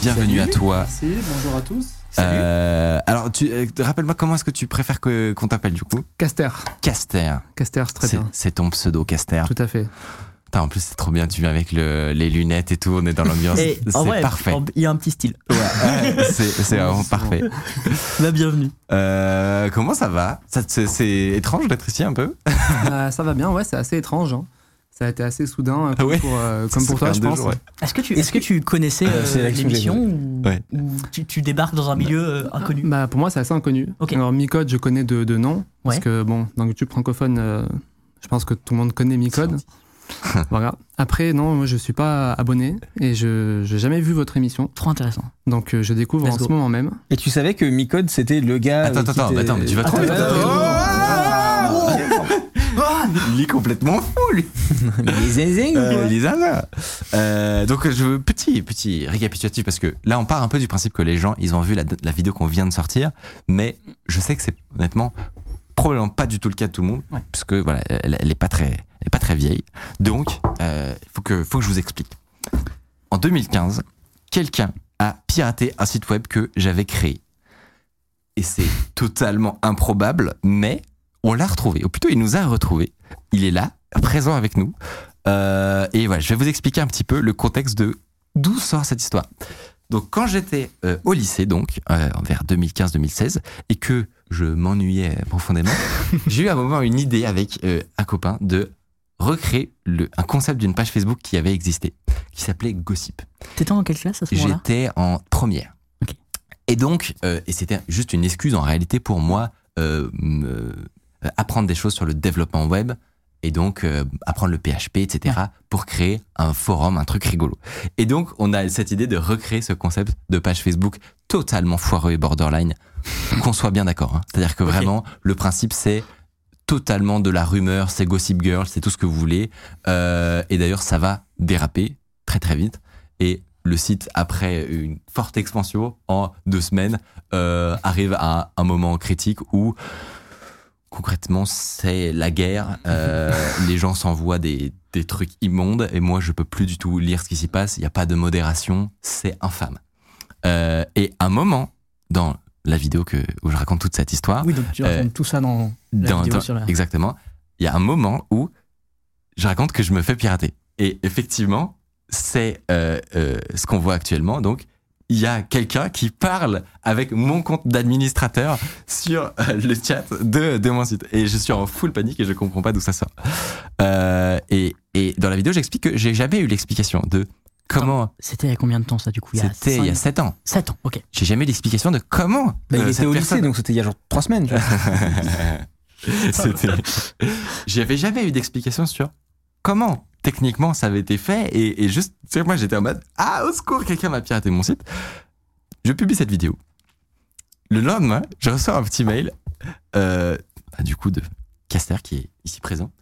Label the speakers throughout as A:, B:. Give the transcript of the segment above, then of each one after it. A: bienvenue
B: Salut,
A: à toi.
B: Merci, bonjour à tous.
A: Euh, alors, tu, euh, rappelle-moi comment est-ce que tu préfères que, qu'on t'appelle du coup
C: Caster.
A: Caster.
C: Caster, c'est très
A: C'est,
C: bien.
A: c'est ton pseudo, Caster.
C: Tout à fait.
A: Putain, en plus, c'est trop bien. Tu viens avec le- les lunettes et tout. On est dans l'ambiance.
D: Et
A: c'est
D: en vrai,
A: parfait.
D: en- Il y a un petit style.
A: Ouais, c'est, c'est vraiment parfait.
D: Bah, bienvenue.
A: Euh, comment ça va Ça te- c'est, c'est étrange d'être ici un peu
C: Euh, ça va bien, ouais, c'est assez étrange. hein. Ça a été assez soudain, euh,
A: Ah
C: comme,
A: ouais
C: pour, euh, comme
A: Ça fait
C: pour toi,
A: un
C: je
A: deux
C: pense.
A: jours, ouais.
D: Est-ce que tu, est-ce que tu
A: Ah,
D: connaissais euh,
E: c'est l'action que j'ai
D: l'émission ou,
A: Ouais.
D: ou tu, tu débarques dans un milieu euh, inconnu
C: Bah, pour moi, c'est assez inconnu.
D: Ok.
C: Alors, Micode, je connais de, de nom. Parce
D: Ouais.
C: que, bon, dans le YouTube francophone, euh, je pense que tout le monde connaît Micode. voilà. Après, non, moi, je suis pas abonné et je n'ai jamais vu votre émission.
D: Trop intéressant.
C: Donc, euh, je découvre
D: Let's
C: en
D: go.
C: ce moment même.
E: Et tu savais que Micode, c'était le gars.
A: Attends,
E: avec qui Ah, bah,
A: attends,
E: t'es-
A: attends, mais tu vas trop
E: Attends,
A: vite.
E: attends, attends, attends.
A: Il est complètement fou, lui.
E: Mais les zinzins, ou quoi
A: Euh, Lisa, là. Euh, donc je veux petit petit récapitulatif parce que là on part un peu du principe que les gens ils ont vu la, la vidéo qu'on vient de sortir, mais je sais que c'est honnêtement probablement pas du tout le cas de tout le monde
D: Ouais.
A: parce que voilà elle, elle est pas très elle est pas très vieille. Donc euh, faut que faut que je vous explique. En 2015, quelqu'un a piraté un site web que j'avais créé et c'est totalement improbable, mais on l'a retrouvé, ou plutôt il nous a retrouvé. Il est là, présent avec nous. Euh, et voilà, je vais vous expliquer un petit peu le contexte de d'où sort cette histoire. Donc, quand j'étais euh, au lycée, donc euh, vers 2015-2016, et que je m'ennuyais profondément, j'ai eu à un moment une idée avec euh, un copain de recréer le, un concept d'une page Facebook qui avait existé, qui s'appelait Gossip.
D: T'étais en quelle classe à ce moment-là
A: J'étais en première.
D: Ok.
A: Et donc, euh, et c'était juste une excuse en réalité pour moi euh, me- euh, apprendre des choses sur le développement web et donc euh, apprendre le PHP, etc. pour créer un forum, un truc rigolo. Et donc, on a cette idée de recréer ce concept de page Facebook totalement foireux et borderline, qu'on soit bien d'accord. hein. C'est-à-dire que
D: Ok.
A: vraiment, le principe, c'est totalement de la rumeur, c'est Gossip Girl, c'est tout ce que vous voulez. Euh, et d'ailleurs, ça va déraper très très vite. Et le site, après une forte expansion en deux semaines, euh, arrive à un moment critique où concrètement c'est la guerre. Euh, les gens s'envoient des, des trucs immondes et moi je peux plus du tout lire ce qui s'y passe. Il n'y a pas de modération, c'est infâme. Euh, et un moment dans la vidéo que, où je raconte toute cette histoire,
D: Oui, donc tu
A: Euh,
D: racontes tout ça dans la
A: dans-
D: vidéo
A: dans-
D: sur la.
A: Exactement. Il y a un moment où je raconte que je me fais pirater. Et effectivement, c'est euh, euh, ce qu'on voit actuellement. Donc, il y a quelqu'un qui parle avec mon compte d'administrateur sur euh, le chat de, de mon site. Et je suis en full panique et je comprends pas d'où ça sort. Euh, et, et dans la vidéo, j'explique que j'ai jamais eu l'explication de comment
D: C'était il y a combien de temps ça du coup
A: c'était il y a 7 ans.
D: 7 ans, ok.
A: J'ai jamais eu l'explication de comment euh,
E: Bah, il était
A: cette
E: au lycée,
A: personne
E: donc c'était il y a genre trois semaines. tu vois.
A: C'était. J'avais jamais eu d'explication sur comment techniquement ça avait été fait et, et juste, tu sais, moi j'étais en mode ah au secours quelqu'un m'a piraté mon site. Je publie cette vidéo. Le lendemain, je reçois un petit mail euh, bah, du coup de Caster qui est ici présent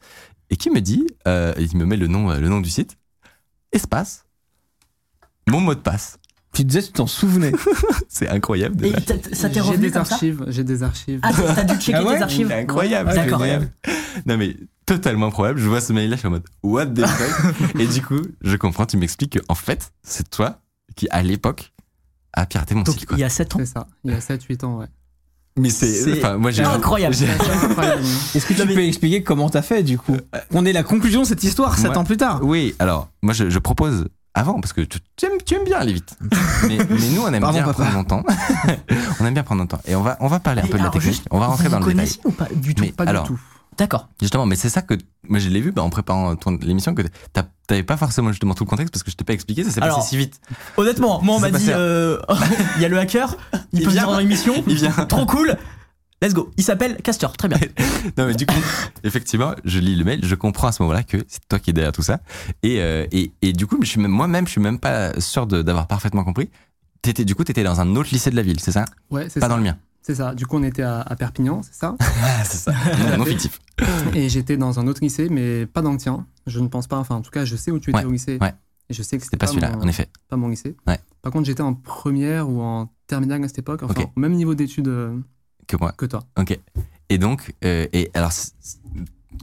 A: et qui me dit, euh, il me met le nom, euh, le nom du site, espace, mon mot de passe.
E: tu te disais, tu t'en souvenais.
A: C'est incroyable.
D: Et
A: Déjà.
D: t'as- t'as- ça t'est
C: J'ai
D: revenu
C: des
D: comme ça
C: archives. J'ai des archives.
D: Ah, t'as t'as dû checker
E: Ah ouais
D: tes archives
A: C'est incroyable,
D: Ouais, D'accord.
A: incroyable. Non mais totalement improbable. Je vois ce mail-là, je suis en mode what the fuck. et du coup, je comprends. Tu m'expliques que en fait, c'est toi qui à l'époque a piraté mon
D: Donc
A: site. Quoi.
D: il y a 7 ans.
C: C'est ça. Il y a 7-8 ans, ouais.
A: Mais c'est,
E: c'est
A: enfin, moi j'ai
D: incroyable.
A: j'ai-
C: C'est incroyable.
E: Est-ce que tu peux expliquer comment t'as fait du coup On est la conclusion de cette histoire sept
A: Moi-
E: ans plus tard.
A: Euh, Oui, alors moi je, je propose avant parce que tu, tu aimes, tu aimes bien aller vite. mais, mais nous on aime
E: Pardon,
A: bien
E: papa.
A: prendre notre temps. on aime bien prendre notre temps. Et on va on va parler un
D: Mais
A: peu de la
D: alors,
A: technique.
D: juste,
A: on va rentrer
D: vous
A: dans le détail.
D: connaissiez ou pas du tout
A: Mais
C: Pas
A: alors,
C: du tout.
D: D'accord.
A: Justement, mais c'est ça que moi je l'ai vu bah, en préparant ton- l'émission que t'as- t'avais pas forcément justement tout le contexte parce que je t'ai pas expliqué, ça s'est
D: Alors,
A: passé si vite.
D: Honnêtement, moi on
A: Ça
D: m'a
A: s'est
D: dit
A: passé à-
D: euh, il y a le hacker, il,
A: Il
D: peut
A: vient.
D: venir dans l'émission,
A: Il vient.
D: trop cool. Let's go. Il s'appelle Caster, très bien.
A: Non mais du coup, effectivement, je lis le mail, je comprends à ce moment-là que c'est toi qui es derrière tout ça. Et, euh, et, et du coup, je suis même- moi-même, je suis même pas sûr de- d'avoir parfaitement compris. T'étais, du coup, t'étais dans un autre lycée de la ville, c'est ça
C: Ouais, c'est
A: Pas
C: ça.
A: dans le mien.
C: C'est ça. Du coup, on était à, à Perpignan, c'est ça
A: Ah, c'est ça. Non, non fictif.
C: Et j'étais dans un autre lycée, mais pas dans le tien. Je ne pense pas. Enfin, en tout cas, je sais où tu étais
A: Ouais,
C: au lycée.
A: ouais.
C: Et je sais
A: C'était
C: que c'était
A: pas celui-là,
C: mon-
A: en effet.
C: pas mon lycée.
A: Ouais.
C: Par contre, j'étais en première ou en terminale à cette époque. Enfin,
A: Ok.
C: au même niveau d'études euh,
A: Que moi.
C: que toi.
A: Ok. Et donc, euh, et alors, c- c-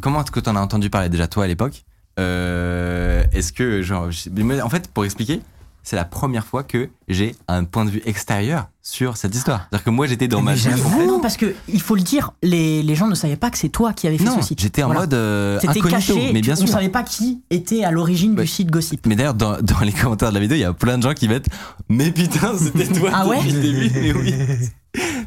A: comment est-ce que t'en as entendu parler déjà toi à l'époque Euh, Est-ce que genre, je- mais moi, en fait, pour expliquer, c'est la première fois que j'ai un point de vue extérieur sur cette histoire. C'est-à-dire que moi, j'étais dans ma
D: Mais
A: bulle
D: j'avoue,
A: complète.
D: non, parce que il faut le dire, les, les gens ne savaient pas que c'est toi qui avais fait
A: Non,
D: ce site.
A: j'étais en
D: Voilà.
A: mode euh,
D: C'était
A: incognito,
D: caché,
A: mais bien
D: on
A: sûr.
D: savait pas qui était à l'origine
A: Ouais.
D: du site Gossip.
A: Mais d'ailleurs, dans, dans les commentaires de la vidéo, il y a plein de gens qui mettent Mais putain, c'était toi
D: Ah ouais
A: depuis le début. Mais oui.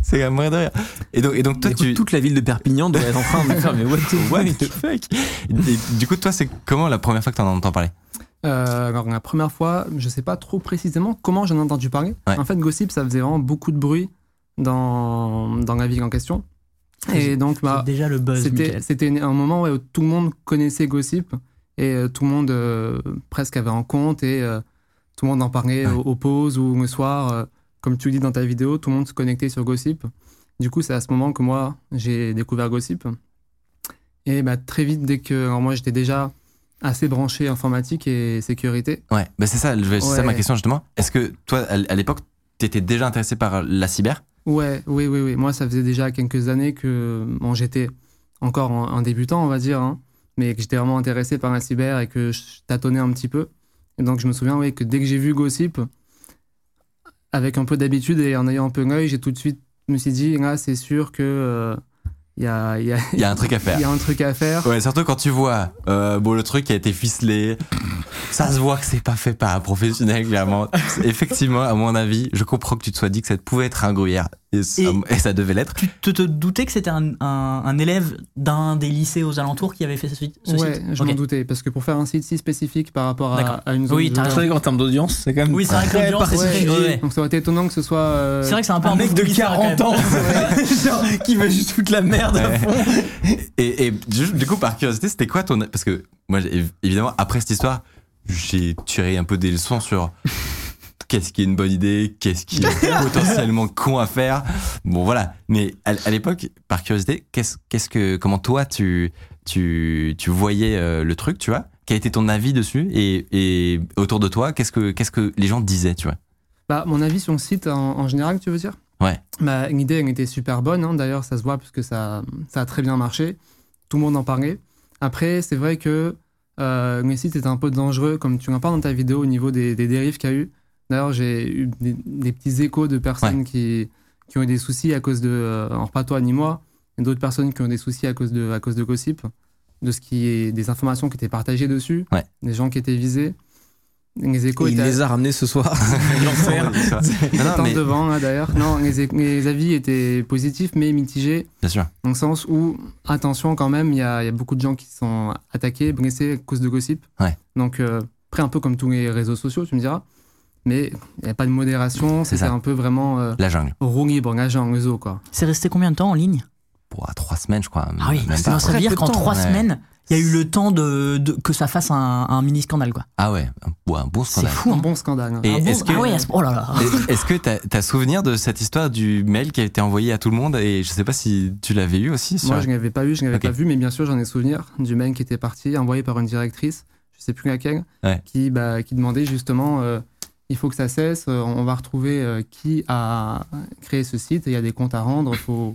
A: C'est quand même vrai de rire. Et donc, et donc toi,
E: Écoute,
A: tu.
E: Toute la ville de Perpignan doit être en train de me faire, mais what the
A: What the fuck Et Du coup, toi, c'est comment la première fois que t'en entends parler
C: Euh, alors, la première fois, je sais pas trop précisément comment j'en ai entendu parler.
A: Ouais.
C: En fait, Gossip, ça faisait vraiment beaucoup de bruit dans, dans la ville en question. Et donc, bah,
D: C'est déjà le buzz,
C: C'était
D: Mickaël.
C: c'était une- un moment ouais, où tout le monde connaissait Gossip et euh, tout le monde euh, presque avait un compte et euh, tout le monde en parlait
A: Ouais.
C: au- aux pauses ou le soir. euh, comme tu le dis dans ta vidéo, tout le monde se connectait sur Gossip. Du coup, c'est à ce moment que moi, j'ai découvert Gossip. Et bah, très vite, dès que. alors moi, j'étais déjà assez branché informatique et sécurité.
A: Ouais, bah c'est ça, je- c'est ça
C: Ouais.
A: ma question justement. Est-ce que toi, à, à l'époque, t'étais déjà intéressé par la cyber
C: Ouais, oui, oui, oui. Moi, ça faisait déjà quelques années que bon, j'étais encore un, un débutant, on va dire, hein, mais que j'étais vraiment intéressé par la cyber et que je tâtonnais un petit peu. Et donc, je me souviens oui, que dès que j'ai vu Gossip, avec un peu d'habitude et en ayant un peu l'œil, j'ai tout de suite me suis dit, là, c'est sûr que euh, il y a, il y a-
A: Il y a un truc à faire.
D: Bah.
C: il y a un truc à faire.
A: Ouais, surtout quand tu vois, euh, bon, le truc a été ficelé, ça se voit que c'est pas fait par un professionnel, clairement. Effectivement, à mon avis, je comprends que tu te sois dit que ça pouvait être un gruyère, et, ça-
D: Et-
A: et ça devait l'être.
D: Tu te, te doutais que c'était un, un- un élève d'un des lycées aux alentours qui avait fait ce, site- ce
C: ouais,
D: site
C: je
D: Ok.
C: m'en doutais, parce que pour faire un site si spécifique par rapport à,
D: D'accord.
C: à une zone
D: Oui,
C: de-
D: t'as
E: C'est
D: raison.
E: vrai qu'en termes d'audience, c'est quand même.
D: Oui, c'est vrai que
E: très
D: l'audience, c'est
E: particulier.
D: très- ouais.
C: Donc, ça aurait été étonnant que ce soit. euh,
D: C'est vrai que c'est un peu
E: Un mec
D: move
E: de
D: bizarre, quand même.
E: 40 ans genre, qui veut juste foutre la merde à fond.
A: Et, et du du coup, par curiosité, c'était quoi ton. Parce que moi, j'ai- évidemment, après cette histoire, j'ai tiré un peu des leçons sur qu'est-ce qui est une bonne idée, qu'est-ce qui est potentiellement con à faire. Bon, voilà. Mais à, à l'époque, par curiosité, qu'est-ce qu'est-ce que. Comment toi, tu, tu, tu voyais euh, le truc, tu vois Quel était ton avis dessus et, et autour de toi, qu'est-ce que, qu'est-ce que les gens disaient, tu vois
C: Bah, mon avis sur le site en, en général, tu veux dire
A: Ouais.
C: Bah, l'idée, elle était super bonne. hein. D'ailleurs, ça se voit parce que ça, ça a très bien marché. Tout le monde en parlait. Après, c'est vrai que euh, le site était un peu dangereux, comme tu en parles dans ta vidéo, au niveau des, des dérives qu'il y a eu. D'ailleurs, j'ai eu des, des petits échos de personnes qui, qui ont eu des soucis à cause de. euh, alors, pas toi ni moi, mais d'autres personnes qui ont des soucis à cause de, à cause de gossip, de ce qui est, des informations qui étaient partagées dessus,
A: Ouais.
C: des gens qui étaient visés. Les échos
E: Il
C: étaient
A: euh,
E: les a ramenés ce soir. L'enfer.
A: Ah Non, non,
C: Attends
A: mais-
C: devant là d'ailleurs. Non, les, les avis étaient positifs mais mitigés,
A: Bien sûr.
C: dans le sens où, attention quand même, il y a, il y a beaucoup de gens qui sont attaqués, blessés à cause de gossip.
A: Ouais.
C: Donc, euh, après, un peu comme tous les réseaux sociaux, tu me diras. Mais il n'y a pas de modération,
A: C'est
C: c'était
A: ça.
C: un peu vraiment euh,
A: La jungle.
C: roue libre, nage en réseau quoi.
D: C'est resté combien de temps en ligne
A: Pour trois semaines, je crois.
D: Ah oui,
A: même
D: ça
A: pas.
D: veut dire
E: peu
D: qu'en
E: de temps,
D: trois
A: ouais.
D: semaines, il y a eu le temps de, de- que ça fasse un, un mini scandale quoi.
A: Ah ouais, un, ouais, un bon
D: C'est
A: scandale.
D: fou.
C: Un
D: hein.
C: bon scandale. hein.
A: Et
D: Ah bon
A: est-ce que-
D: Ah ouais, à ce- oh là là.
A: Et- Est-ce que t'as as souvenir de cette histoire du mail qui a été envoyé à tout le monde et je sais pas si tu l'avais eu aussi sur...
C: Moi, je n'avais pas eu, je n'avais
A: Ok.
C: pas vu, mais bien sûr, j'en ai souvenir du mail qui était parti, envoyé par une directrice, je sais plus laquelle,
A: Ouais.
C: qui, bah, qui demandait justement euh, il faut que ça cesse, euh, on va retrouver euh, qui a créé ce site, et il y a des comptes à rendre, faut...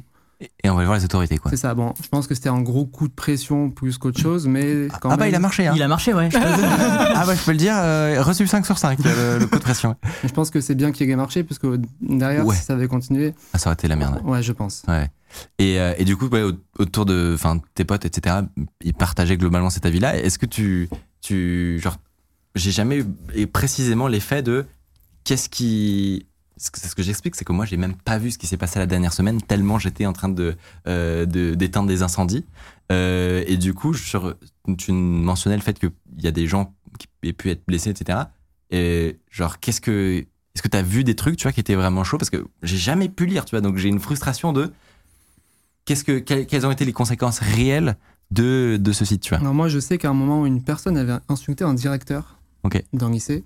A: Et on va aller voir les autorités quoi.
C: c'est ça. Bon, je pense que c'était un gros coup de pression plus qu'autre chose, mais
A: Ah
C: quand
A: bah
C: même,
A: il a marché hein.
D: Il a marché, ouais. je sais pas.
A: Ah bah je peux le dire, euh, reçu 5 sur 5 le, le coup de pression.
C: je pense que c'est bien qu'il ait marché, parce que derrière,
A: Ouais.
C: si ça avait continué,
A: Ah ça aurait été la merde.
C: ouais, je pense.
A: Ouais. Et, euh, et du coup ouais, au- autour de enfin tes potes etc ils partageaient globalement cet avis là. Est-ce que tu tu genre j'ai jamais eu et précisément l'effet de qu'est-ce qui ce que- c'est ce que j'explique, c'est que moi j'ai même pas vu ce qui s'est passé la dernière semaine tellement j'étais en train de euh, de- d'éteindre des incendies. Euh, et du coup, sur, tu mentionnais le fait qu'il y a des gens qui aient pu être blessés, etc. Et genre, qu'est-ce que est-ce que t'as vu des trucs, tu vois, qui étaient vraiment chauds parce que j'ai jamais pu lire, tu vois, donc j'ai une frustration de qu'est-ce que quelles quelles ont été les conséquences réelles de de ce site, tu vois.
C: Alors moi, je sais qu'à un moment, une personne avait insulté un directeur
A: Ok.
C: d'un lycée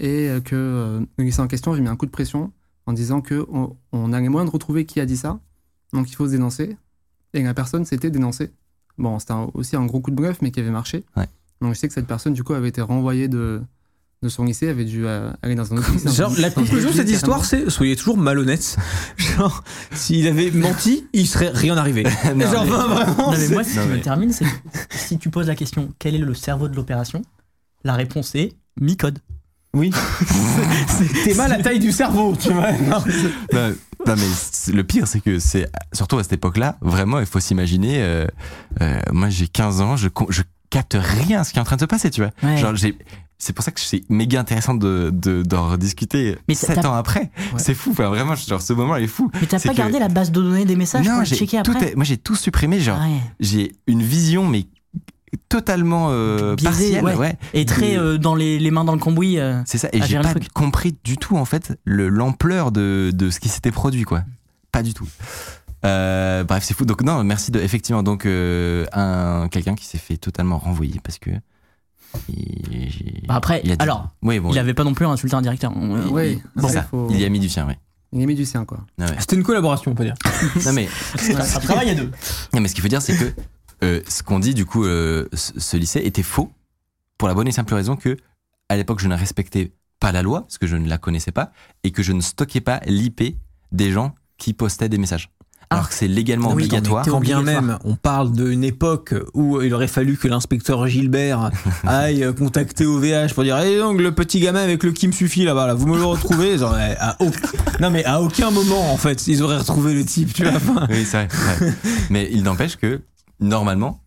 C: et euh, que euh, le lycée en question, j'ai mis un coup de pression en disant que on, on a les moyens de retrouver qui a dit ça, donc il faut se dénoncer. Et la personne s'était dénoncée. Bon, c'était un- aussi un gros coup de bluff, mais qui avait marché.
A: Ouais.
C: Donc je sais que cette personne, du coup, avait été renvoyée de, de son lycée, avait dû euh, aller dans un autre lycée.
E: Genre, la
C: Dans un
E: conclusion de
C: autre
E: cette
C: lycée,
E: histoire, c'est soyez toujours malhonnête. Genre, s'il avait menti, il serait rien arrivé.
A: Non,
E: Genre,
A: mais-
E: vraiment.
D: Non, mais moi,
E: c'est-
D: si
A: Non,
D: tu me
A: mais-
D: termines, c'est que si tu poses la question quel est le cerveau de l'opération, la réponse est mi-code.
E: Oui. T'es mal à la taille du cerveau, tu vois. Non.
A: non, non, mais c'est- le pire, c'est que c'est surtout à cette époque-là, vraiment, il faut s'imaginer. euh, euh, moi, j'ai 15 ans, je, co- je capte rien à ce qui est en train de se passer, tu vois.
D: Ouais.
A: Genre, j'ai- c'est pour ça que c'est méga intéressant de de- d'en rediscuter
D: Mais ça-
A: 7
D: t'as-
A: ans après.
C: Ouais.
A: C'est fou, enfin, vraiment, genre, ce moment il est fou.
D: Mais t'as
A: c'est
D: pas
A: que-
D: gardé la base de données des messages pour
A: non,
D: le
A: j'ai
D: checker
A: tout,
D: après
A: est- moi j'ai tout supprimé, genre,
D: Ouais.
A: j'ai une vision, mais totalement euh,
D: Biaisée,
A: partielle,
D: ouais.
A: ouais.
D: Et très
A: Et-
D: euh, dans les, les mains dans le cambouis. euh,
A: C'est ça, et
D: à
A: j'ai
D: gérer le
A: pas
D: truc.
A: compris du tout en fait le- l'ampleur de, de ce qui s'était produit quoi. Pas du tout. Euh, bref, c'est fou. Donc non, merci de effectivement donc euh, un quelqu'un qui s'est fait totalement renvoyer parce que il,
D: Bah après,
A: il a dit-
D: alors,
A: oui, bon,
D: il avait pas non plus insulté hein. un directeur. On-
A: Il-
C: Oui,
A: c'est ça.
C: après, faut-
A: Il y a mis du sien, oui.
C: il y a mis du sien, quoi.
A: Non, mais-
E: C'était une collaboration, on peut dire.
A: non, mais
D: Ça travaille à deux.
A: Non, mais ce qu'il faut dire, c'est que euh, ce qu'on dit, du coup, euh, ce ce lycée était faux pour la bonne et simple raison que, à l'époque, je ne respectais pas la loi, parce que je ne la connaissais pas, et que je ne stockais pas l'IP des gens qui postaient des messages. Alors que c'est légalement
E: Ah. Oui,
A: obligatoire.
E: mais Quand bien
D: Obligatoire.
E: même, on parle d'une époque où il aurait fallu que l'inspecteur Gilbert aille contacter OVH pour dire Eh donc le petit gamin avec le qui me suffit là-bas, là, vous me le retrouvez Ils auraient- à au- Non mais à aucun moment en fait, ils auraient retrouvé le type, tu vois. Enfin,
A: Oui, c'est vrai. c'est vrai. mais il n'empêche que, normalement,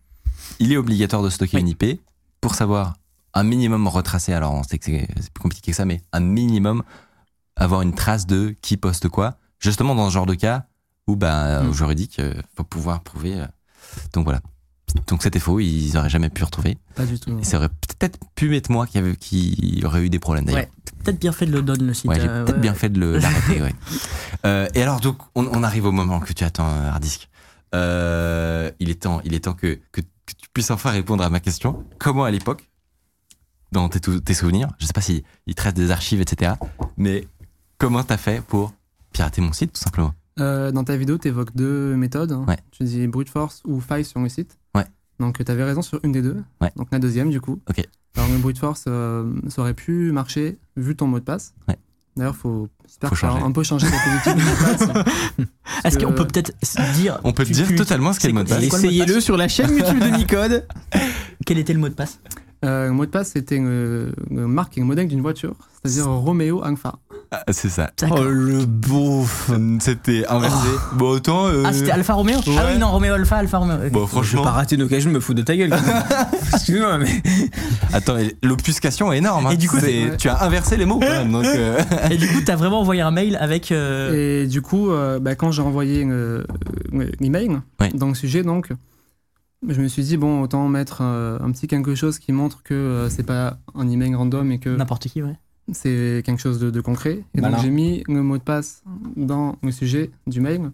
A: il est obligatoire de stocker
D: Oui.
A: une IP pour savoir un minimum retracer. Alors, on sait que c'est c'est plus compliqué que ça, mais un minimum avoir une trace de qui poste quoi. Justement, dans ce genre de cas où, bah,
D: Mm.
A: au juridique, euh, faut pouvoir prouver. euh. Donc voilà. Donc c'était faux, ils n'auraient jamais pu retrouver.
C: Pas du tout.
A: Et ça aurait peut-être pu être moi qui, avait, qui aurait eu des problèmes d'ailleurs.
D: Ouais. Peut-être bien fait de le donner le site.
A: Ouais, j'ai
D: euh,
A: peut-être
D: ouais.
A: bien fait de le- l'arrêter, ouais. Euh, et alors, donc, on, on arrive au moment que tu attends, euh, Hardisk. Euh, il est temps, il est temps que, que, que tu puisses enfin répondre à ma question. Comment, à l'époque, dans tes, tou- tes souvenirs, je sais pas si il te reste des archives, etc., mais comment t'as fait pour pirater mon site, tout simplement
C: Euh, dans ta vidéo, tu évoques deux méthodes. hein.
A: Ouais.
C: Tu dis brute force ou faille sur le site.
A: Ouais.
C: Donc tu avais raison sur une des deux.
A: Ouais.
C: Donc la deuxième, du coup.
A: Ok.
C: Alors le brute force, euh, ça aurait pu marcher vu ton mot de passe.
A: Ouais.
C: D'ailleurs, faut, j'espère
A: Faut
C: que ça
A: changer.
C: un peu changer la politique du mot de passe.
D: Est-ce qu'on
C: que-
D: peut peut-être s- dire.
A: On peut te
D: tu-
A: dire
D: tu-
A: totalement ce qu'est le mot de
D: c'est
A: passe.
D: quoi le mot de
E: Essayez-le sur la chaîne YouTube de Micode.
D: Quel était le mot de passe
C: Euh, le mot de passe, c'était une, une marque et un modèle d'une voiture, c'est-à-dire Romeo Angfa.
A: Ah, C'est ça. Oh.
D: D'accord.
E: le beauf.
A: hum, C'était inversé. Bon, autant. euh,
D: Ah, c'était Alfa Romeo Ah
A: ouais.
D: oui, non, Romeo Alpha, Alpha Romeo.
A: Bon,
D: ok.
E: Je vais pas
A: franchement,
E: rater une occasion de me foutre de ta gueule. quand même. Excuse-moi, mais
A: attends, l'obfuscation est énorme. hein.
D: Et du coup,
A: C'est-
C: c'est-
A: tu as inversé les mots quand même. Donc, euh,
D: Et du coup, t'as vraiment envoyé un mail avec. euh,
C: Et du coup, euh, bah, quand j'ai envoyé le- le- l'email
A: Ouais.
C: dans le sujet, donc, je me suis dit, bon, autant mettre euh, un petit quelque chose qui montre que euh, c'est pas un email random et que
D: N'importe qui, ouais.
C: c'est quelque chose de, de concret. Et
E: Malin.
C: donc, j'ai mis le mot de passe dans le sujet du mail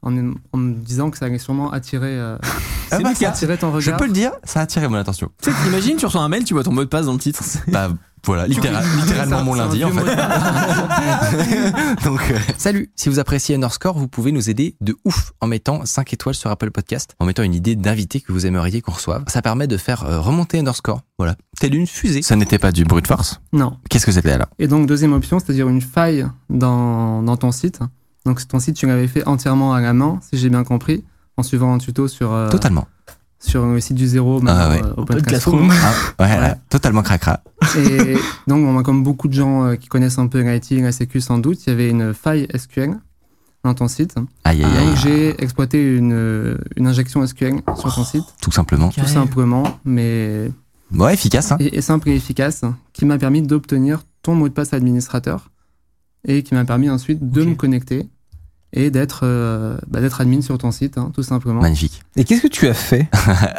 C: en, en me disant que ça allait sûrement attirer, euh,
A: Ah bah, ça-
C: attirer ton
A: Je
C: regard.
A: peux le dire, ça a attiré mon attention.
E: tu sais, t'imagines, tu reçois un mail, tu vois ton mot de passe dans le titre.
A: Bah voilà, littéral- littéralement
C: C'est un-
A: mon
C: c'est un
A: lundi en
C: vieux mot
A: fait.
C: de passe.
A: Donc, euh, Salut, si vous appréciez Underscore, vous pouvez nous aider de ouf en mettant 5 étoiles sur Apple Podcast, en mettant une idée d'invité que vous aimeriez qu'on reçoive. Ça permet de faire euh, remonter Underscore. Voilà, telle une fusée. Ça n'était pas du brute force.
C: Non.
A: Qu'est-ce que c'était alors
C: Et donc, deuxième option, c'est-à-dire une faille dans, dans ton site. Donc, si ton site, tu l'avais fait entièrement à la main, si j'ai bien compris, en suivant un tuto sur, euh,
A: Totalement.
C: sur le site du zéro,
A: Ah ouais.
C: maintenant, euh, Open Classroom.
A: Ah, ouais, ouais, totalement cracra.
C: Et donc, bon, bah, comme beaucoup de gens euh, qui connaissent un peu l'IT, la sécu sans doute, il y avait une faille SQL dans ton site.
A: Aïe aïe aïe,
C: Donc, j'ai exploité une, une injection SQL sur
A: Oh,
C: ton site,
A: tout simplement.
C: tout simplement, mais
A: Bon, efficace, hein
C: et, et simple et efficace, qui m'a permis d'obtenir ton mot de passe administrateur et qui m'a permis ensuite de
D: Ok.
C: me connecter et d'être euh, bah, d'être admin sur ton site, hein, tout simplement.
A: Magnifique.
E: Et qu'est-ce que tu as fait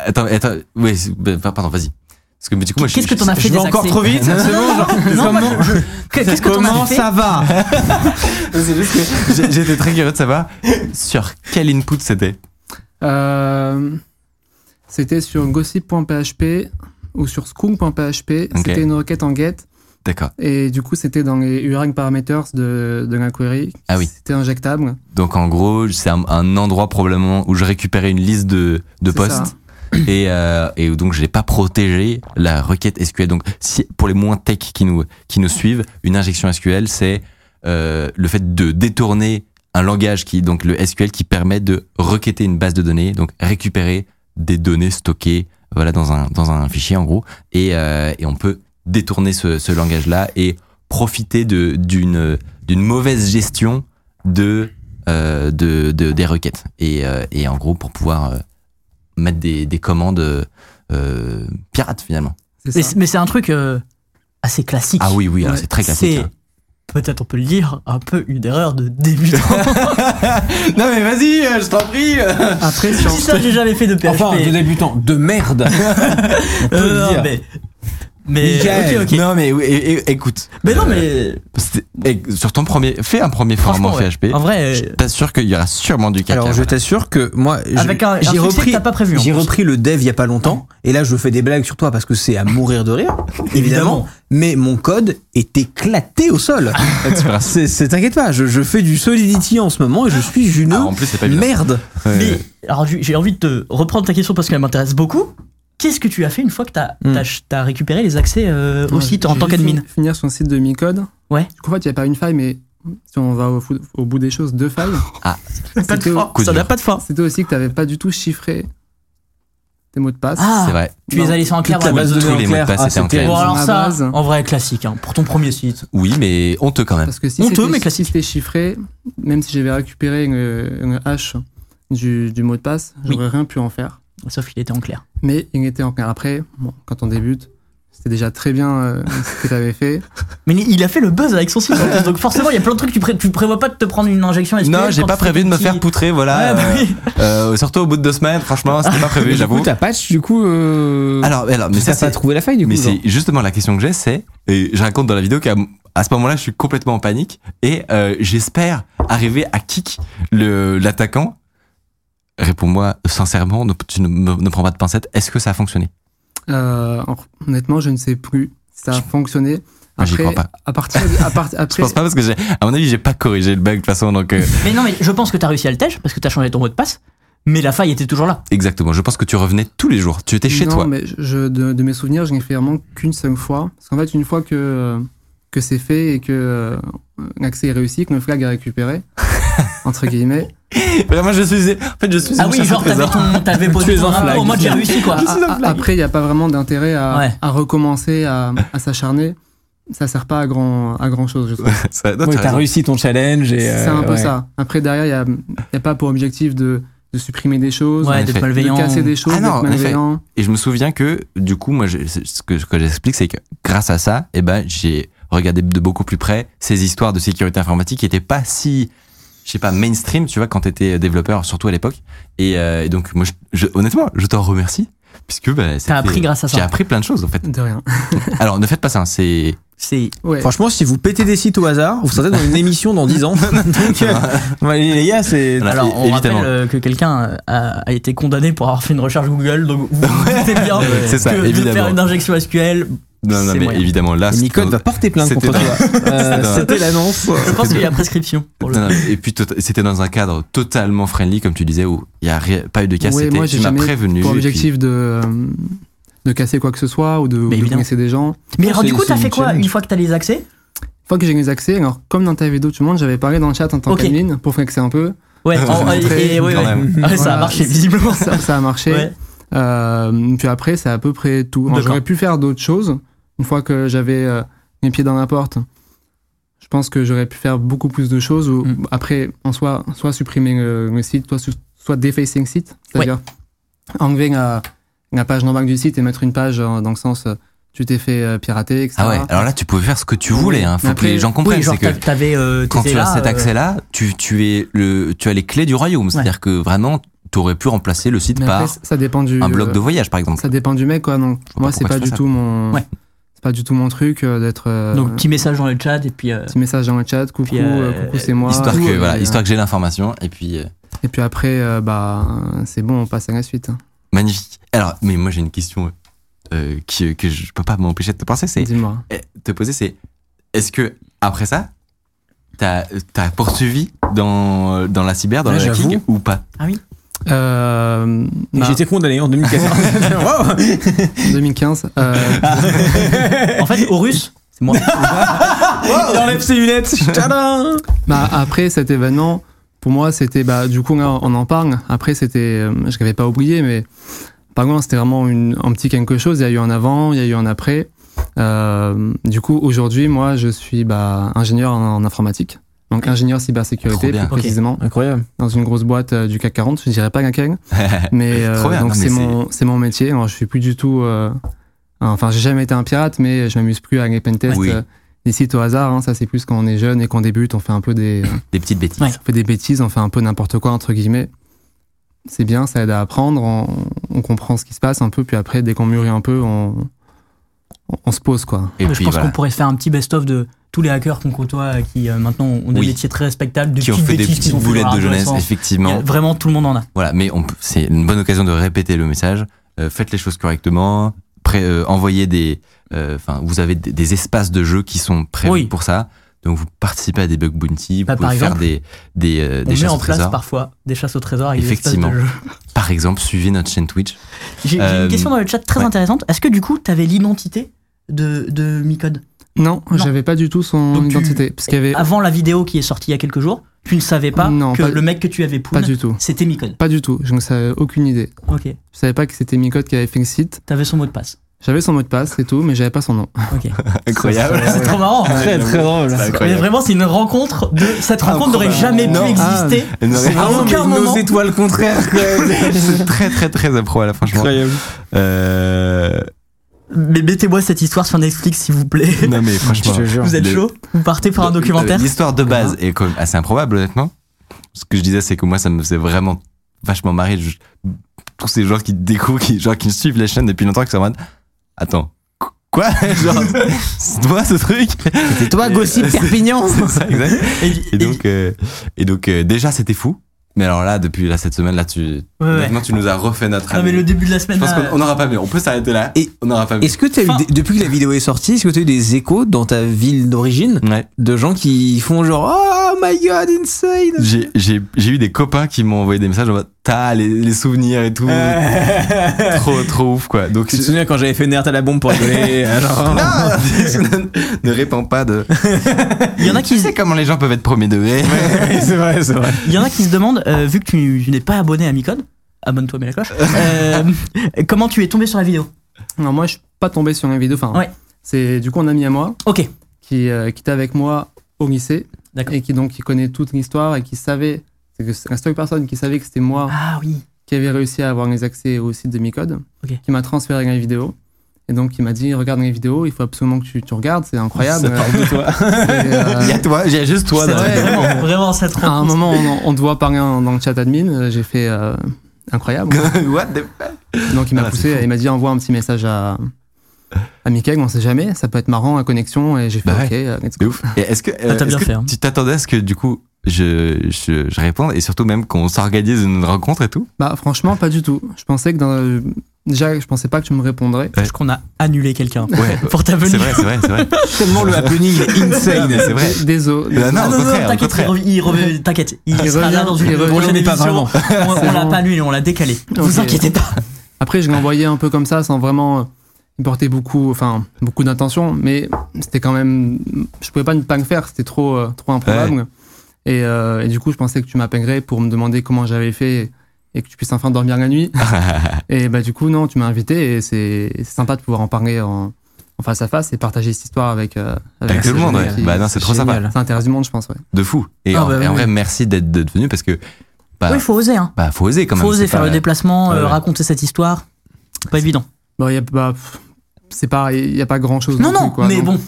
A: attends, attends, oui, c'est- bah, pardon, vas-y. Parce que mais du coup, moi, je-
D: Qu'est-ce que
A: je-
D: t'en as fait
E: Je vais
D: des
E: encore
D: accès
E: trop vite,
D: Non,
E: c'est bon, genre,
D: non, moi,
E: comment-
D: je- Qu'est-ce que t'en
E: Comment
D: as fait
E: ça va
A: C'est juste que j'ai- j'étais très curieux de savoir sur quel input c'était.
C: Euh, C'était sur gossip.php ou sur school.php.
A: Ok.
C: C'était une requête en GET
A: D'accord.
C: et du coup c'était dans les URL parameters de, de la query.
A: Ah oui.
C: C'était injectable.
A: Donc en gros, c'est un, un endroit probablement où je récupérais une liste de, de
C: C'est ça. hein.
A: postes et, euh, et où donc j'ai pas protégé la requête SQL. Donc si, pour les moins tech qui nous, qui nous suivent, une injection SQL, c'est euh, le fait de détourner un langage qui donc le SQL qui permet de requêter une base de données, donc récupérer des données stockées voilà dans un dans un fichier en gros et, euh, et on peut détourner ce, ce langage là et profiter de- d'une d'une mauvaise gestion de, euh, de, de- des requêtes. Et, euh, et en gros, pour pouvoir euh, mettre des, des commandes euh, pirates finalement.
C: C'est
D: Mais,
C: ça.
D: c'est- mais c'est un truc euh, assez classique.
A: Ah oui, oui, alors
C: Ouais,
A: c'est très classique. hein.
D: peut-être on peut le dire, un peu une erreur de débutant.
E: Non mais vas-y, euh, je t'en prie.
C: Après, si on-
D: si ça, j'ai jamais fait de PHP.
E: Enfin, de débutant, de merde. On peut
D: Euh,
E: le
D: non,
E: dire.
D: mais. Mais.
E: Nickel.
D: ok, ok.
A: hein. Non, mais oui, é- é- écoute.
D: Mais non,
A: euh,
D: mais.
A: c'était- eh, sur ton premier, fais un premier forum en
D: franchement, ouais.
A: PHP.
E: Euh,
D: En vrai,
A: Je t'assure qu'il y aura sûrement du caca.
E: Alors je
A: voilà.
E: t'assure que moi, je-
D: Avec un- un
E: j'ai
D: succès que
E: repris,
D: t'as pas prévu, en
E: j'ai
D: plus.
E: repris le dev il y a pas longtemps, et là je fais des blagues sur toi parce que c'est à mourir de rire, évidemment. mais mon code est éclaté au sol. Ah, c'est, c'est- t'inquiète pas, je, je fais du Solidity en ce moment et je suis une
A: Ah, en plus, c'est pas évident.
E: merde.
A: Ouais.
E: euh,
D: Mais alors j'ai j'ai envie de te reprendre ta question parce qu'elle m'intéresse beaucoup. Qu'est-ce que tu as fait une fois que t'as
E: Hmm.
D: t'as- t'as récupéré les accès euh, au
C: Ouais,
D: site en
C: j'ai
D: tant
C: juste
D: qu'admin
C: fini- Finir son site de micode.
D: Ouais.
C: Du coup, en fait, il n'y a pas une faille, mais si on va au, fou- au bout des choses, deux failles.
A: Ah.
D: Pas de
C: C'était
D: fin,
A: Coup
D: ça
A: dur.
D: n'a pas de fin.
C: c'était aussi que tu n'avais pas du tout chiffré tes mots de passe.
D: Ah,
A: C'est vrai.
D: tu les
C: Non.
D: as laissés en clair.
E: Toute la
D: voilà.
E: base de
A: Tous
E: données en
A: les mots de
E: clair.
A: passe
E: Ah,
A: étaient en
E: c'était-
A: clair.
D: Bon alors
C: Ma
D: ça,
C: base.
D: en vrai classique, hein, pour ton premier site.
A: Oui, mais honteux quand même.
C: Parce que si
D: Honteux,
C: c'était
D: mais
C: si
D: classique.
C: c'était chiffré, même si j'avais récupéré une, une hache du, du mot de passe, j'aurais rien pu en faire.
D: Sauf qu'il était en clair.
C: Mais il était en clair. Après, bon, quand on débute, c'était déjà très bien euh, ce que tu avais fait.
D: Mais il a fait le buzz avec son site. en plus, donc forcément, il y a plein de trucs. Tu, pré- tu prévois pas de te prendre une injection SQL
A: Non, j'ai
D: quand
A: pas
D: tu fais
A: prévu de
D: ton
A: me
D: petit-
A: faire poutrer, voilà.
D: Ouais, bah
A: euh,
D: oui.
A: euh, surtout au bout de deux semaines, franchement, c'était pas prévu,
E: du coup,
A: j'avoue.
E: t'as patch, du coup. euh,
A: Alors, alors, mais
E: tu
A: ça,
E: t'as pas
A: c'est.
E: trouvé la faille du coup.
A: Mais
E: genre.
A: c'est justement la question que j'ai, c'est. Et je raconte dans la vidéo qu'à à ce moment-là, je suis complètement en panique et euh, j'espère arriver à kick le- l'attaquant. Réponds-moi sincèrement, ne, tu ne, me- ne prends pas de pincette. Est-ce que ça a fonctionné
C: Euh, alors, honnêtement, je ne sais plus si ça a fonctionné.
A: Moi, j'y
C: Après,
A: crois pas.
C: à partir, à part-
A: Je
C: après,
A: pense pas parce que j'ai, à mon avis, j'ai pas corrigé le bug de toute façon. Donc euh,
D: Mais non, mais je pense que t'as réussi à le tèche parce que t'as changé ton mot de passe. Mais la faille était toujours là.
A: exactement. Je pense que tu revenais tous les jours. Tu étais chez
C: non,
A: toi.
C: mais je- je- de, de mes souvenirs, je n'ai fait vraiment qu'une seule fois. Parce qu'en fait, une fois que, euh, que c'est fait et que euh, l'accès est réussi, que le flag est récupéré, entre guillemets,
A: Vraiment, je suis. En fait, je suis.
D: Ah
A: une
D: oui,
A: chasse au
D: genre t'avais
A: trésor.
D: ton, t'avais posé
E: es
D: ton
E: un
D: drapeau
E: flag.
D: en mode j'ai réussi quoi.
A: Je suis
C: a-
A: un
C: a-
A: flag.
C: après, il n'y a pas vraiment d'intérêt à,
D: Ouais.
C: à recommencer, à, à s'acharner. Ça ne sert pas à grand, à grand chose, je trouve.
A: Ça- non,
E: Ouais,
A: t'as
E: t'as
A: raison.
E: réussi ton challenge et.
C: C'est
E: euh,
C: un peu
E: ouais.
C: ça. Après, derrière, il n'y a, il y a pas pour objectif de, de supprimer des choses,
D: Ouais,
A: effet.
D: d'être
A: De
D: malveillant.
C: de casser des choses,
A: Ah non,
C: d'être
A: en effet.
C: malveillant.
A: Et je me souviens que, du coup, moi, je- c'est- ce que, ce que j'explique, c'est que grâce à ça, eh ben, j'ai regardé de beaucoup plus près ces histoires de sécurité informatique qui n'étaient pas si, je sais pas, mainstream, tu vois, quand tu étais développeur, surtout à l'époque. Et, euh, et donc, moi, je, je- honnêtement, je t'en remercie, puisque bah, c'était-
D: T'as appris grâce à
A: J'ai
D: ça.
A: appris plein de choses, en fait.
C: De rien.
A: Alors, ne faites pas ça, hein, c'est.
D: C'est
C: Ouais.
E: Franchement, si vous pétez des sites au hasard, vous serez dans une émission dans 10 ans. Donc, euh, ouais, les gars, c'est.
A: Voilà.
D: Alors, on
A: Bah, Évidemment.
D: rappelle euh, que quelqu'un euh, a, a été condamné pour avoir fait une recherche Google, donc vous vous doutez bien
A: Ouais, c'est ça,
D: que de
A: évidemment.
D: faire une injection SQL,
A: Non, non,
D: C'est
A: mais
D: moyen.
A: évidemment, là,
E: Et
A: c'est-
E: Micode va porter plainte contre toi.
A: C'était
E: Euh,
A: C'était dans-
E: C'était l'annonce.
D: je pense qu'il y a prescription pour le
A: Non, non, et puis tota- c'était dans un cadre totalement friendly, comme tu disais, où il n'y a ri- pas eu de casse.
C: Ouais,
A: c'était
C: moi,
A: tu
C: j'ai
A: m'as
C: jamais
A: prévenu.
C: pour
A: et puis-
C: objectif de, euh, de casser quoi que ce soit ou de, ou de
D: évidemment.
C: blesser des gens.
D: Mais alors,
E: c'est-
D: du coup,
E: c'est
D: t'as
E: une
D: fait quoi
E: challenge.
D: une fois que t'as les accès
C: Une fois que j'ai les accès, alors comme dans ta vidéo, tout le monde, j'avais parlé dans le chat en tant
D: Ok.
C: qu'admin pour flexer un peu.
D: Ouais, en-
C: Très-
D: et- et- ouais,
A: quand
D: ouais.
A: même.
D: Ah ouais, ça a
C: Voilà.
D: marché visiblement.
C: Ça, ça a marché.
D: Ouais.
C: Euh, puis après, c'est à peu près tout. Alors,
D: D'accord.
C: J'aurais pu faire d'autres choses. Une fois que j'avais euh, les pieds dans la porte, je pense que j'aurais pu faire beaucoup plus de choses. Ou,
D: Mm.
C: Après, en soit, soit supprimer le, le site, soit, su- soit defacing site, c'est-à-dire enlever la, la page normal du site et mettre une page euh, dans le sens euh, tu t'es fait euh, pirater, etc.
A: Ah ouais, alors là, tu pouvais faire ce que tu voulais. Hein. Faut
C: Mais
A: que
C: après-
A: les gens
D: Oui,
A: comprennent.
D: genre
A: c'est que
D: t'avais- t'avais euh,
A: quand
D: t'étais
A: tu as
D: là,
A: cet
D: euh,
A: accès-là, tu, tu, es le, tu as les clés du royaume. C'est-à-dire que vraiment, tu aurais pu remplacer le site
C: Mais
A: par
C: après, ça- ça dépend du.
A: un bloc
D: euh,
A: de voyage, par exemple.
C: Ça dépend du mec, quoi. Donc,
A: vois
C: moi,
A: pas
C: c'est
A: pourquoi
C: pas
A: tu fais
C: du
A: ça.
C: tout mon.
D: Ouais.
C: C'est pas du tout mon truc euh, d'être. euh,
D: donc petit message dans le chat et puis euh,
C: petit message dans le chat, coucou,
D: Puis, euh,
C: euh, coucou, c'est moi.
A: histoire,
C: Tout,
A: que,
C: euh,
A: voilà,
C: et,
A: histoire que j'ai l'information. Et puis, euh,
C: euh, Et puis après, euh, bah, euh, c'est bon, on passe à la suite. hein.
A: magnifique. Alors, mais moi, j'ai une question euh, qui- que je peux pas m'empêcher de te penser. C'est
C: Dis-moi.
A: eh, te poser, c'est est-ce que après ça, t'as as poursuivi dans, dans la cyber, dans
E: Ouais,
A: le hacking
E: j'avoue.
A: ou pas
C: Euh,
E: Et
C: bah,
E: J'étais condamné en 2014. Wow.
C: 2015. euh,
D: en fait au russe, c'est moi.
E: Il enlève ses lunettes. Tadam.
C: bah, après cet événement, pour moi, c'était. Bah, du coup, là, on en parle. Après, c'était. euh, je l'avais pas oublié, mais. Par contre, c'était vraiment une, un petit quelque chose. Il y a eu un avant, il y a eu un après. Euh, du coup, aujourd'hui, moi, je suis bah, ingénieur en, en informatique, donc ingénieur
A: Trop
C: cybersécurité,
A: bien.
C: plus
D: Ok.
C: précisément,
E: Incroyable.
C: dans une grosse boîte euh, du CAC 40, je dirais pas laquelle, mais euh,
A: Trop bien,
C: donc
A: non, mais
C: c'est mon, c'est mon métier. Alors, je suis plus du tout. euh, enfin, j'ai jamais été un pirate, mais je m'amuse plus à les pentests,
A: Oui.
C: euh, des sites au hasard. hein. ça, c'est plus quand on est jeune et qu'on débute, on fait un peu des.
A: Des petites bêtises.
D: Ouais.
C: on fait des bêtises, on fait un peu n'importe quoi, entre guillemets. C'est bien, ça aide à apprendre, on, on comprend ce qui se passe un peu, puis après, dès qu'on mûrit un peu, on, on, on se pose, quoi.
A: Et
D: je
A: puis
D: pense
A: voilà.
D: qu'on pourrait se faire un petit best-of de tous les hackers qu'on côtoie euh, qui euh, maintenant ont des
A: Oui.
D: métiers très respectables, de
A: Qui ont
D: petites
A: fait des
D: bêtises
A: petites
D: qu'ils ont fait dans
A: boulettes
D: leur
A: de jeunesse,
D: adolescence. Il y a-
A: effectivement.
D: Vraiment, tout le monde en a.
A: Voilà, mais on peut- c'est une bonne occasion de répéter le message. Euh, faites les choses correctement. Pré- euh, envoyez des. euh, Enfin, vous avez des, des espaces de jeu qui sont prévus
D: Oui.
A: pour ça. Donc, vous participez à des bug bounty, vous
D: Bah, par
A: pouvez faire
D: exemple,
A: des, des, euh, des
D: On met
A: chasses
D: en
A: au
D: place
A: trésor. Par...
D: parfois des chasses au trésor avec des espaces
A: Effectivement.
D: de jeu.
A: exemple, suivez notre chaîne Twitch.
D: J'ai j'ai
A: Euh,
D: une question dans le chat très
A: ouais.
D: intéressante. Est-ce que du coup, tu avais l'identité de, de Micode
C: Non,
D: Non.
C: j'avais pas du tout son
D: Donc tu- Ah,
C: identité, parce qu'il y avait
D: Avant la vidéo qui est sortie il y a quelques jours, tu ne savais pas
C: Non,
D: que
C: pas-
D: le mec que tu avais
C: pas
D: poule,
C: du tout.
D: c'était Micode.
C: Pas du tout, je ne savais aucune idée.
D: Ok.
C: Je savais pas que c'était Micode qui avait fait le site.
D: T'avais son mot de passe.
C: J'avais son mot de passe et tout, mais j'avais pas son nom.
D: Ok.
A: Incroyable.
D: c'est trop marrant.
E: Très très drôle.
D: Mais vraiment, c'est une rencontre de. Cette rencontre n'aurait jamais pu
A: Non.
C: Ah,
D: exister.
A: C'est
D: À
E: Vraiment, mais
D: aucun
E: nos
D: moment.
E: étoiles contraires. quoi.
A: très, très, très improbable, franchement.
E: Incroyable.
A: Euh,
D: Mais mettez-moi cette histoire sur Netflix, s'il vous plaît.
A: Non, mais franchement.
E: Je te jure.
D: Vous êtes
A: Le-
D: chaud Vous partez pour un
A: Donc, euh,
D: documentaire
A: L'histoire de base est quand même assez improbable, honnêtement. Ce que je disais, c'est que moi, ça me faisait vraiment vachement marrer. Je- tous ces gens qui découvrent, qui, genre, qui suivent la chaîne depuis longtemps, qui sont en mode Attends, qu- quoi Genre, c'est toi ce truc
E: C'est toi, Gossip Perpignan.
A: C'est ça, exact.
D: Et-
A: Et
D: et-
A: donc, euh, et donc euh, déjà, c'était fou. Mais alors là, depuis là, cette semaine, là, tu,
D: Ouais, ouais.
A: honnêtement, tu nous as refait notre
D: Non, mais
A: année.
D: le début de la semaine.
A: Je pense
D: là,
A: qu'on n'aura pas mieux. On peut s'arrêter là.
E: Et-
A: on n'aura pas mieux.
E: Est-ce que t'as eu
D: Enfin-
E: des- depuis que la vidéo est sortie, est-ce que tu as eu des échos dans ta ville d'origine
A: Ouais.
E: de gens qui font genre Oh my god, insane
A: J'ai- J'ai j'ai eu des copains qui m'ont envoyé des messages en mode T'as les, les souvenirs et tout. trop, trop ouf, quoi. Donc,
E: Tu te souviens quand j'avais fait Nerd à la bombe pour rigoler euh, genre,
A: Ah, ne répands pas de.
D: Il y en a qui,
A: Tu sais comment les gens peuvent être premiers degrés.
E: C'est vrai, c'est vrai.
D: il y en a qui se demandent, euh, vu que tu, tu n'es pas abonné à Micode, abonne-toi, mets la cloche, euh, comment tu es tombé sur la vidéo
C: Non, moi, je suis pas tombé sur une vidéo. Enfin,
D: Ouais.
C: c'est du coup un ami à moi
D: Ok,
C: qui, euh, qui était avec moi au lycée
D: d'accord.
C: et qui donc qui connaît toute l'histoire et qui savait, c'est que c'est la seule personne qui savait que c'était moi
D: Ah oui,
C: qui avait réussi à avoir les accès au site de Micode,
D: Ok.
C: qui m'a transféré les vidéos. Et donc, il m'a dit Regarde mes vidéos, il faut absolument que tu, tu regardes, c'est incroyable. C'est, euh,
A: Il y a toi, il y a juste toi.
D: C'est
A: dans-
D: vrai, vraiment, vraiment, ça te
C: à
A: Ah.
C: un moment, on, on te voit parler en- dans le chat admin, euh, j'ai fait euh, incroyable.
A: What the fuck
C: Donc, il m'a
A: Ah,
C: poussé,
A: c'est fou.
C: et il m'a dit Envoie un petit message à, à Mickaël, on sait jamais, ça peut être marrant, la connexion. Et j'ai fait
A: Bah ouais.
C: Ok, euh, let's
A: C'est
C: go.
A: ouf. Et est-ce que, euh,
D: t'as
A: est-ce
D: bien
A: que
D: fait, hein.
A: tu t'attendais à ce que du coup je, je, je réponde et surtout même qu'on s'organise une rencontre et tout
C: Bah, franchement, pas du tout. Je pensais que dans. Déjà, je pensais pas que tu me répondrais.
D: Parce qu'on a annulé quelqu'un
A: Ouais.
D: pour ta venue.
A: C'est vrai, c'est vrai, c'est vrai.
E: Tellement le happening est insane.
A: C'est vrai.
C: Désolé.
A: Bah, non,
D: Ah,
A: au
D: non, non,
A: contraire, au
D: t'inquiète, il
A: contraire.
D: rev- il revient, t'inquiète, il,
C: Il
D: sera là
C: revient,
D: dans une
C: il revient.
D: prochaine
E: Mais pas
D: émission.
E: vraiment.
D: On, on
C: C'est
D: l'a
C: bon.
D: pas annulé, on l'a décalé. Vous
C: Ok.
D: inquiétez pas.
C: Après, je l'ai envoyé un peu comme ça, sans vraiment euh, y porter beaucoup, enfin, beaucoup d'intention, mais c'était quand même. Je pouvais pas ne pas le faire, c'était trop, euh, trop improbable. Et, euh, et du coup, je pensais que tu m'appellerais pour me demander comment j'avais fait et que tu puisses enfin dormir la nuit. et bah, du coup, non, tu m'as invité et c'est c'est sympa de pouvoir en parler en, en face à face et partager cette histoire avec. euh,
A: Avec tout
C: ces
A: le monde,
C: gens
A: ouais.
C: qui-
A: Bah non, c'est trop sympa.
E: génial.
C: Ça intéresse du monde, je pense, ouais.
A: De fou. Et,
D: Ah,
A: en,
D: bah,
A: et en
D: oui.
A: vrai, merci d'être d'être venu parce que. Bah,
D: Oui, faut oser. Hein.
A: bah, faut oser quand même.
D: Faut oser
A: c'est
D: faire
A: pas-
D: le déplacement,
A: Ouais,
D: euh,
A: ouais.
D: raconter cette histoire. Pas évident.
C: Bon, y a, bah, pff, c'est pas, il n'y a pas grand chose.
D: Non, non, mais bon.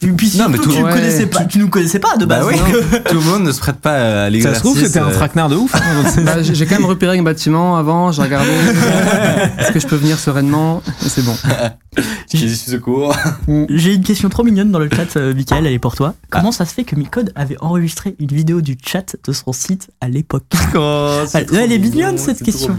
D: Tu, puis
A: Non, mais
D: surtout,
A: tout-
D: tu, ne
C: ouais.
D: connaissais pas, tu nous connaissais pas de
A: Bah
D: base.
A: oui.
D: donc, euh,
A: Tout le monde ne se prête pas à
E: Ça
A: l'exercice.
E: se trouve, c'était un
A: euh,
E: traquenard de ouf. hein,
C: Bah, j'ai j'ai quand même repéré un bâtiment avant, j'ai regardé est-ce que je peux venir sereinement et c'est bon.
A: J'ai secours.
D: J'ai une question trop mignonne dans le chat, euh, Michael, elle est pour
A: Ah.
D: toi. Comment ça se fait que Micode avait enregistré une vidéo du chat de son site à l'époque
E: Ah,
D: Elle- trop elle est mignonne, mignon, cette c'est trop question.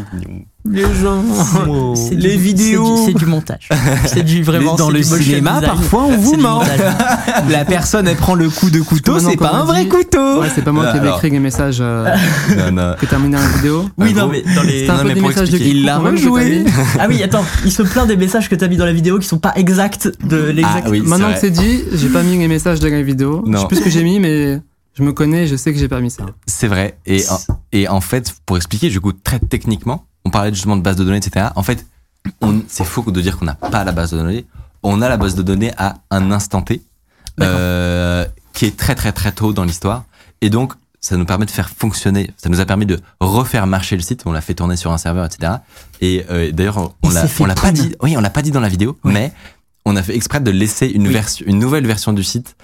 E: Les gens.
D: C'est du-
E: Les
D: c'est du-
E: vidéos.
D: C'est du montage. C'est du vraiment.
E: dans
D: c'est
E: le
D: du motion
E: cinéma,
D: design.
E: parfois, on
D: C'est
E: vous
D: du
E: ment.
D: montage. Ah
E: La personne, elle prend le coup de couteau,
C: Maintenant
E: c'est pas
C: qu'on
E: un
C: le
E: vrai
C: dit.
E: couteau.
C: Ouais, c'est pas moi qui avais
A: Alors.
C: écrit les messages euh,
A: Non, non.
C: que terminé la vidéo.
D: Oui,
A: Ah
D: non,
A: bon
D: mais dans les.
C: C'était un
A: Non, mais
C: peu des
A: pour
C: messages de
A: expliquer,
E: il l'a
C: quand même que
E: rejoué.
C: t'as mis.
D: Ah oui, attends, il se plaint des messages que t'as mis dans la vidéo qui sont pas exacts de l'exact.
A: Ah oui, c'est
C: Maintenant
A: vrai.
C: que c'est dit, j'ai pas mis les messages de la vidéo.
A: Non.
C: Je sais plus ce que j'ai mis, mais je me connais, je sais que j'ai pas mis ça.
A: C'est vrai. Et en, et en fait, pour expliquer, du coup, très techniquement, on parlait justement de base de données, etc. En fait, on- c'est faux de dire qu'on n'a pas la base de données. on a la base de données à un instant T,
D: D'accord.
A: euh, qui est très très très tôt dans l'histoire. Et donc, ça nous permet de faire fonctionner, ça nous a permis de refaire marcher le site, on l'a fait tourner sur un serveur, etc. Et euh, d'ailleurs, on- on
D: Il
A: l'a
D: s'est fait
A: on l'a pas
D: prune.
A: dit, oui, on l'a pas dit dans la vidéo,
D: Ouais.
A: mais on a fait exprès de laisser une,
D: Oui.
A: version, une nouvelle version du site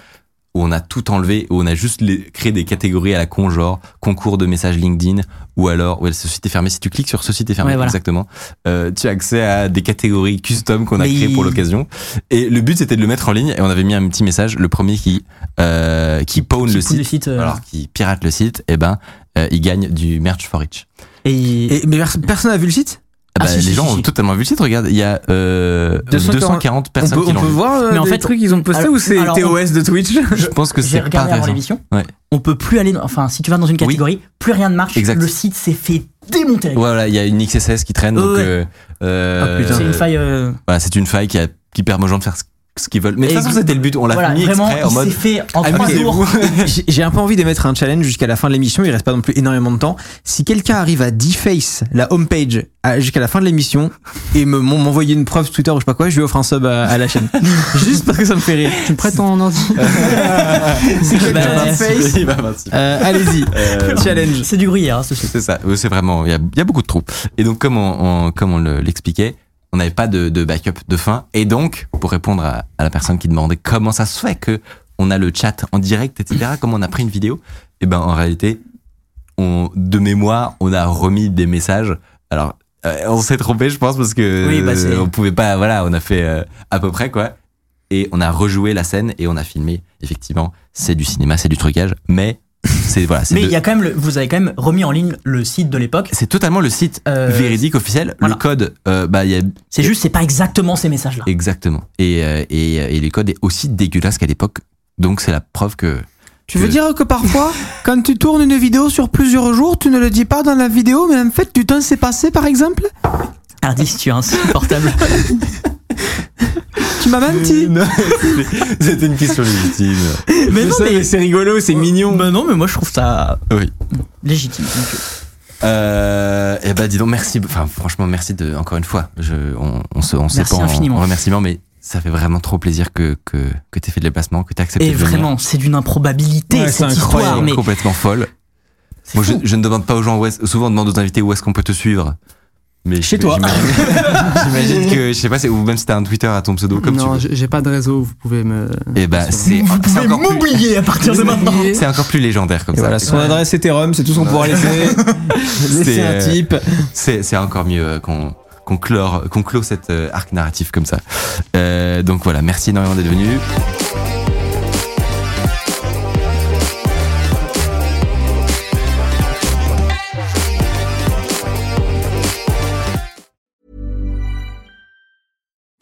A: où on a tout enlevé, où on a juste les- créé des catégories à la con, genre concours de messages LinkedIn, ou alors, ouais, ce site est fermé. Si tu cliques sur ce site est fermé,
D: Ouais, voilà.
A: exactement, euh, tu as accès à des catégories custom qu'on a
D: Mais
A: créées pour
D: il-
A: l'occasion. Et le but, c'était de le mettre en ligne, et on avait mis un petit message, le premier qui, euh, qui pawn
D: Qui
A: le
D: pousse
A: site,
D: euh,
A: alors qui pirate le site, et ben, euh, il gagne du merch for each.
D: et il-
E: Et- mais pers- personne n'a vu le site
A: Ah
D: Ah,
A: bah,
D: si,
A: les
D: si,
A: gens
D: si,
A: ont
D: si.
A: totalement vu le site, regarde, il y a euh, 240,
E: 240
D: Ah,
E: On
A: personnes
E: peut,
A: qui
E: on
A: l'ont
E: peut
A: vu.
E: voir euh,
D: Mais en
E: des
D: fait-
E: trucs qu'ils ont postés
D: alors-
E: ou c'est
D: alors on-
E: TOS de Twitch
A: Je pense que
D: J'ai
A: c'est pas
D: regardé avant
A: intéressant.
D: l'émission.
A: Ouais.
D: On peut plus aller. Enfin, si tu vas dans une catégorie, plus rien ne marche.
A: Exact.
D: Le site s'est fait démonter.
A: Voilà, il y a une XSS qui traîne,
D: Ouais,
A: donc
D: ouais.
A: euh, euh,
D: C'est une faille. euh,
A: voilà, c'est une faille qui, a- qui permet aux gens de faire ce, ce qu'ils veulent. Mais de toute
D: Et
A: façon, c'était le but, on l'a
D: voilà,
A: mis
D: vraiment,
A: exprès en
D: il
A: mode Ah,
D: s'est fait en trois jours.
A: amusez-vous.
E: J'ai j'ai un peu envie d'émettre un challenge jusqu'à la fin de l'émission, il reste pas non plus énormément de temps. Si quelqu'un arrive à deface la homepage à- jusqu'à la fin de l'émission et me m'en- m'envoyer une preuve Twitter ou je sais pas quoi, je lui offre un sub à, à la chaîne. Juste parce que ça me fait rire.
C: Tu me prêtes ton ordi
E: Si
D: Bah,
E: quelqu'un
D: ouais.
E: deface,
A: Il va participer.
E: euh, allez-y.
A: Euh,
E: Challenge.
D: C'est du gruyère, ce site.
A: C'est ça, Oui, c'est vraiment, il y a, il y a beaucoup de trous. Et donc, comme on, on- comme on le- l'expliquait, on n'avait pas de, de backup de fin. Et donc, pour répondre à, à la personne qui demandait comment ça se fait que on a le chat en direct, etc., comment on a pris une vidéo, et ben en réalité, on, de mémoire, on a remis des messages. Alors, euh, on s'est trompé, je pense, parce que
D: Oui, bah, c'est-
A: euh, on pouvait pas, voilà, on a fait euh, à peu près quoi. Et on a rejoué la scène et on a filmé. Effectivement, c'est du cinéma, c'est du trucage, mais c'est voilà, c'est
D: Mais
A: de-
D: il y a quand même le- vous avez quand même remis en ligne le site de l'époque.
A: c'est totalement le site
D: Euh,
A: véridique officiel.
D: voilà.
A: Le code, euh, bah, il y a
D: C'est juste, c'est pas exactement ces messages-là.
A: exactement. Et, euh, et, euh, et le code est aussi dégueulasse qu'à l'époque. Donc c'est la preuve que
E: Tu veux dire que parfois, quand tu tournes une vidéo sur plusieurs jours, tu ne le dis pas dans la vidéo, mais en fait, du temps s'est passé par exemple
D: Hardis, tu es insupportable.
E: Tu m'as même
A: Euh,
E: dit.
A: c'était une question légitime.
D: mais non, mais
E: c'est rigolo, c'est mignon.
D: Bah non, mais moi je trouve ça
A: Oui.
D: légitime. donc,
A: Euh, et bah dis donc merci. Enfin franchement merci de encore une fois. Je, on, on se, on sait
D: Merci
A: pas en-
D: infiniment.
A: en remerciement, mais ça fait vraiment trop plaisir que que que t'aies fait le déplacement, que t'aies
D: euh,
A: accepté
D: Et
A: de venir.
D: vraiment, c'est d'une improbabilité
E: Ouais, c'est
D: cette histoire.
E: incroyable,
D: Mais
A: complètement folle.
D: c'est
A: Moi je,
D: fou.
A: je ne demande pas aux gens où est-ce- souvent on demande aux invités où est-ce qu'on peut te suivre. Mais
E: Chez toi.
A: j'imagine- J'imagine que je sais pas c'est- ou même si t'as un Twitter à ton pseudo comme tu veux.
C: Non, j'ai j'ai pas de réseau, vous pouvez me.
A: Et ben c'est
D: Vous
A: c'est
D: pouvez
A: encore plus
D: m'oublier à partir de maintenant.
A: c'est encore plus légendaire comme
E: Et
A: ça.
E: voilà, son adresse était Rome, c'est tout ce qu'on pourra laisser.
A: C'est,
E: Laisser un
A: euh,
E: type.
A: C'est c'est encore mieux euh, qu'on qu'on clore qu'on clôt cet euh, arc narratif comme ça. Euh, donc voilà, merci énormément d'être venu.